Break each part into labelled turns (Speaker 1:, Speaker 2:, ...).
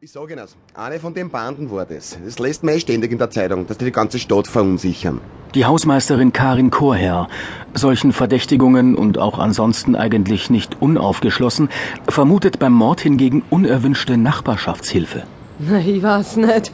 Speaker 1: Ich sage Ihnen das. Eine von den Banden war das. Das lässt man eh ständig in der Zeitung, dass die die ganze Stadt verunsichern.
Speaker 2: Die Hausmeisterin Karin Chorherr, solchen Verdächtigungen und auch ansonsten eigentlich nicht unaufgeschlossen, vermutet beim Mord hingegen unerwünschte Nachbarschaftshilfe.
Speaker 3: Na, ich weiß nicht.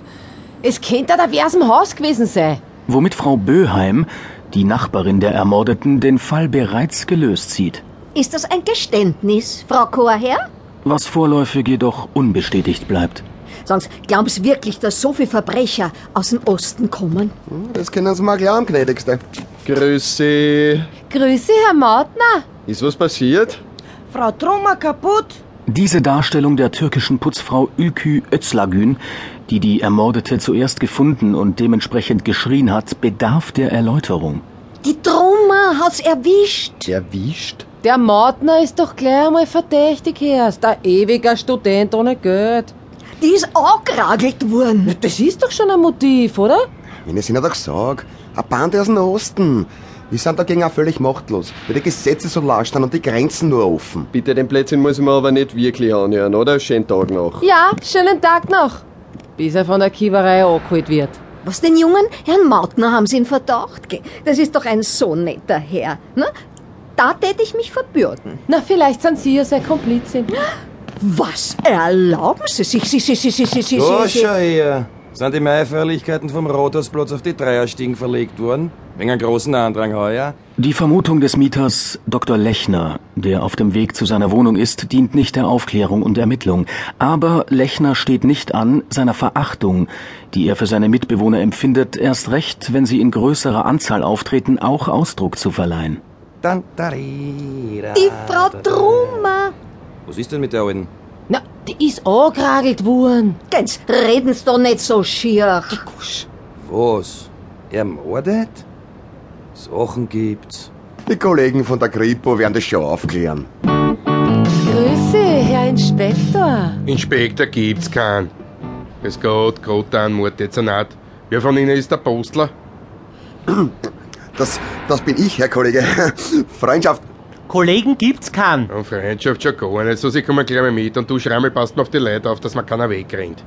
Speaker 3: Es könnte da wer aus dem Haus gewesen sein.
Speaker 2: Womit Frau Böheim, die Nachbarin der Ermordeten, den Fall bereits gelöst sieht.
Speaker 4: Ist das ein Geständnis, Frau Chorherr?
Speaker 2: Was vorläufig jedoch unbestätigt bleibt.
Speaker 4: Sonst glauben Sie wirklich, dass so viele Verbrecher aus dem Osten kommen?
Speaker 1: Hm, Das können Sie mal glauben, gnädigste.
Speaker 5: Grüße.
Speaker 3: Grüße, Herr Mautner.
Speaker 5: Ist was passiert?
Speaker 6: Frau Trummer kaputt?
Speaker 2: Diese Darstellung der türkischen Putzfrau Ülkü Özlagün, die die Ermordete zuerst gefunden und dementsprechend geschrien hat, bedarf der Erläuterung.
Speaker 4: Die Trummer hat's erwischt.
Speaker 5: Erwischt?
Speaker 3: Der Mautner ist doch gleich einmal verdächtig erst. Ein ewiger Student ohne Geld.
Speaker 4: Die ist angeragelt worden.
Speaker 3: Das ist doch schon ein Motiv, oder?
Speaker 1: Wenn ich es Ihnen doch sag, eine Bande aus dem Osten. Wir sind dagegen auch völlig machtlos, weil die Gesetze so lasch sind und die Grenzen nur offen.
Speaker 5: Bitte, den Plätzchen muss ich mir aber nicht wirklich anhören, oder? Schönen Tag noch.
Speaker 3: Ja, schönen Tag noch. Bis er von der Kiewerei angeholt wird.
Speaker 4: Was den jungen Herrn Mautner haben Sie in Verdacht? Geh, Das ist doch ein so netter Herr. Ne? Da täte ich mich verbürgen.
Speaker 3: Na, vielleicht sind Sie ja seine Komplizin.
Speaker 4: Was erlauben Sie sich? Sie, Sie, Sie, Sie, Sie, Sie,
Speaker 7: Da
Speaker 4: Sie, Sie.
Speaker 7: schau her. Sind die Maifeierlichkeiten vom Rathausplatz auf die Dreierstiegen verlegt worden? Wegen einem großen Andrang heuer?
Speaker 2: Die Vermutung des Mieters Dr. Lechner, der auf dem Weg zu seiner Wohnung ist, dient nicht der Aufklärung und Ermittlung. Aber Lechner steht nicht an seiner Verachtung, die er für seine Mitbewohner empfindet, erst recht, wenn sie in größerer Anzahl auftreten, auch Ausdruck zu verleihen.
Speaker 7: Dann, tarira,
Speaker 4: Die Frau Trummer.
Speaker 7: Was ist denn mit der Alten?
Speaker 3: Na, die ist angeragelt worden.
Speaker 4: Ganz reden Sie doch nicht so schier.
Speaker 7: Was? Ermordet? Sachen gibt's.
Speaker 1: Die Kollegen von der Kripo werden das schon aufklären.
Speaker 3: Grüße, Herr Inspektor.
Speaker 8: Inspektor gibt's keinen. Es geht gerade an Morddezernat. Wer von Ihnen ist der Postler?
Speaker 1: Das, das bin ich, Herr Kollege. Freundschaft.
Speaker 9: Kollegen gibt's keinen.
Speaker 8: An Freundschaft schon gar nicht. So, Sie kommen gleich mal mit und du Schrammel passt mir auf die Leute auf, dass man keiner wegrennt.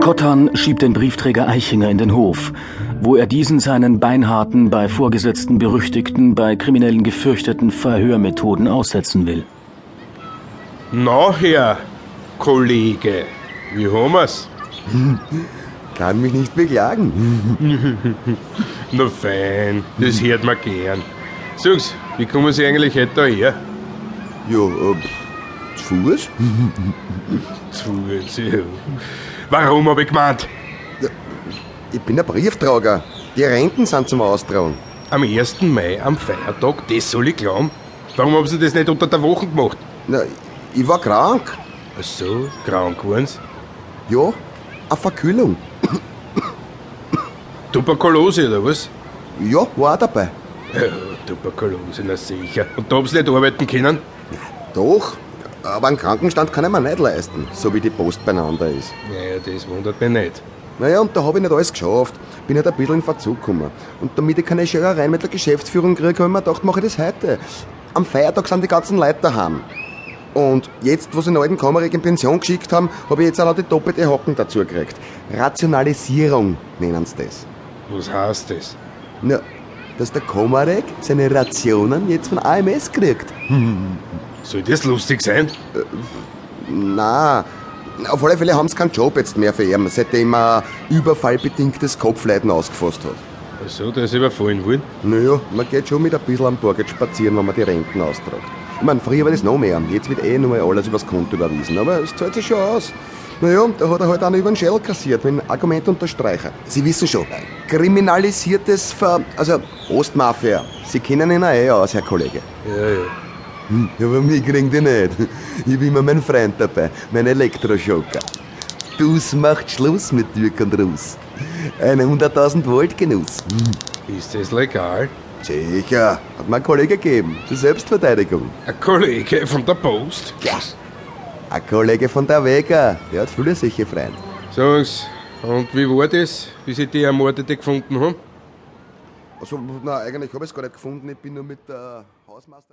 Speaker 2: Kottan schiebt den Briefträger Eichinger in den Hof, wo er diesen seinen beinharten, bei Vorgesetzten berüchtigten, bei Kriminellen gefürchteten Verhörmethoden aussetzen will.
Speaker 8: Na, Herr Kollege, wie haben wir's?
Speaker 1: Kann mich nicht beklagen.
Speaker 8: Na fein, das hört man gern. Sagen Sie, wie kommen Sie eigentlich heute daher?
Speaker 1: Ja, äh, zu Fuß?
Speaker 8: Zu- zu- Warum habe ich gemeint?
Speaker 1: Ich bin ein Briefträger. Die Renten sind zum Austragen.
Speaker 8: Am 1. Mai, am Feiertag, das soll ich glauben. Warum haben Sie das nicht unter der Woche gemacht?
Speaker 1: Na, ich war krank.
Speaker 8: Ach so, krank waren Sie?
Speaker 1: Ja, eine Verkühlung.
Speaker 8: Tuberkulose oder was?
Speaker 1: Ja, war auch dabei.
Speaker 8: Ja, Tuberkulose, na sicher. Und da haben Sie nicht arbeiten können?
Speaker 1: Doch, aber einen Krankenstand kann ich mir nicht leisten, so wie die Post beieinander ist.
Speaker 8: Naja, das wundert mich nicht.
Speaker 1: Naja, und da habe ich nicht alles geschafft. Bin halt ein bisschen in Verzug gekommen. Und damit ich keine Scherereien mit der Geschäftsführung kriege, habe ich mir gedacht, mache ich das heute. Am Feiertag sind die ganzen Leute daheim. Und jetzt, wo sie den alten Kammerig in Pension geschickt haben, habe ich jetzt auch noch die doppelte Hocken dazu gekriegt. Rationalisierung nennen sie das.
Speaker 8: Was heißt das?
Speaker 1: Na, dass der Kammerig seine Rationen jetzt von AMS kriegt.
Speaker 8: Soll das lustig sein?
Speaker 1: Na, auf alle Fälle haben sie keinen Job jetzt mehr für ihn, seitdem er überfallbedingtes Kopfleiden ausgefasst hat.
Speaker 8: Ach so, da ist Also, überfallen worden.
Speaker 1: Naja, man geht schon mit ein bisschen am Burgert spazieren, wenn man die Renten austragt. Ich meine, früher war das noch mehr. Jetzt wird eh nur mal alles übers Konto überwiesen, aber es zahlt sich schon aus. Naja, und da hat er halt einen über den Schädel kassiert, mit dem Argument unterstreicher. Sie wissen schon, kriminalisiertes Ver... also Ostmafia. Sie kennen ihn auch eh aus, Herr Kollege.
Speaker 8: Ja, ja.
Speaker 1: Hm, aber mich kriegen die nicht. Ich bin immer mein Freund dabei, mein Elektroschocker. Dus macht Schluss mit Türk und Russ. 100.000 Volt Genuss.
Speaker 8: Ist das legal?
Speaker 1: Sicher, hat mein Kollege gegeben, zur Selbstverteidigung.
Speaker 8: Ein Kollege von der Post?
Speaker 1: Yes. Ein Kollege von der Vega, der hat viele sich gefreut.
Speaker 8: Sagen Sie, und wie war das, wie Sie die Ermordete gefunden haben?
Speaker 1: Also, na, eigentlich habe ich es gar nicht gefunden, ich bin nur mit der Hausmeister.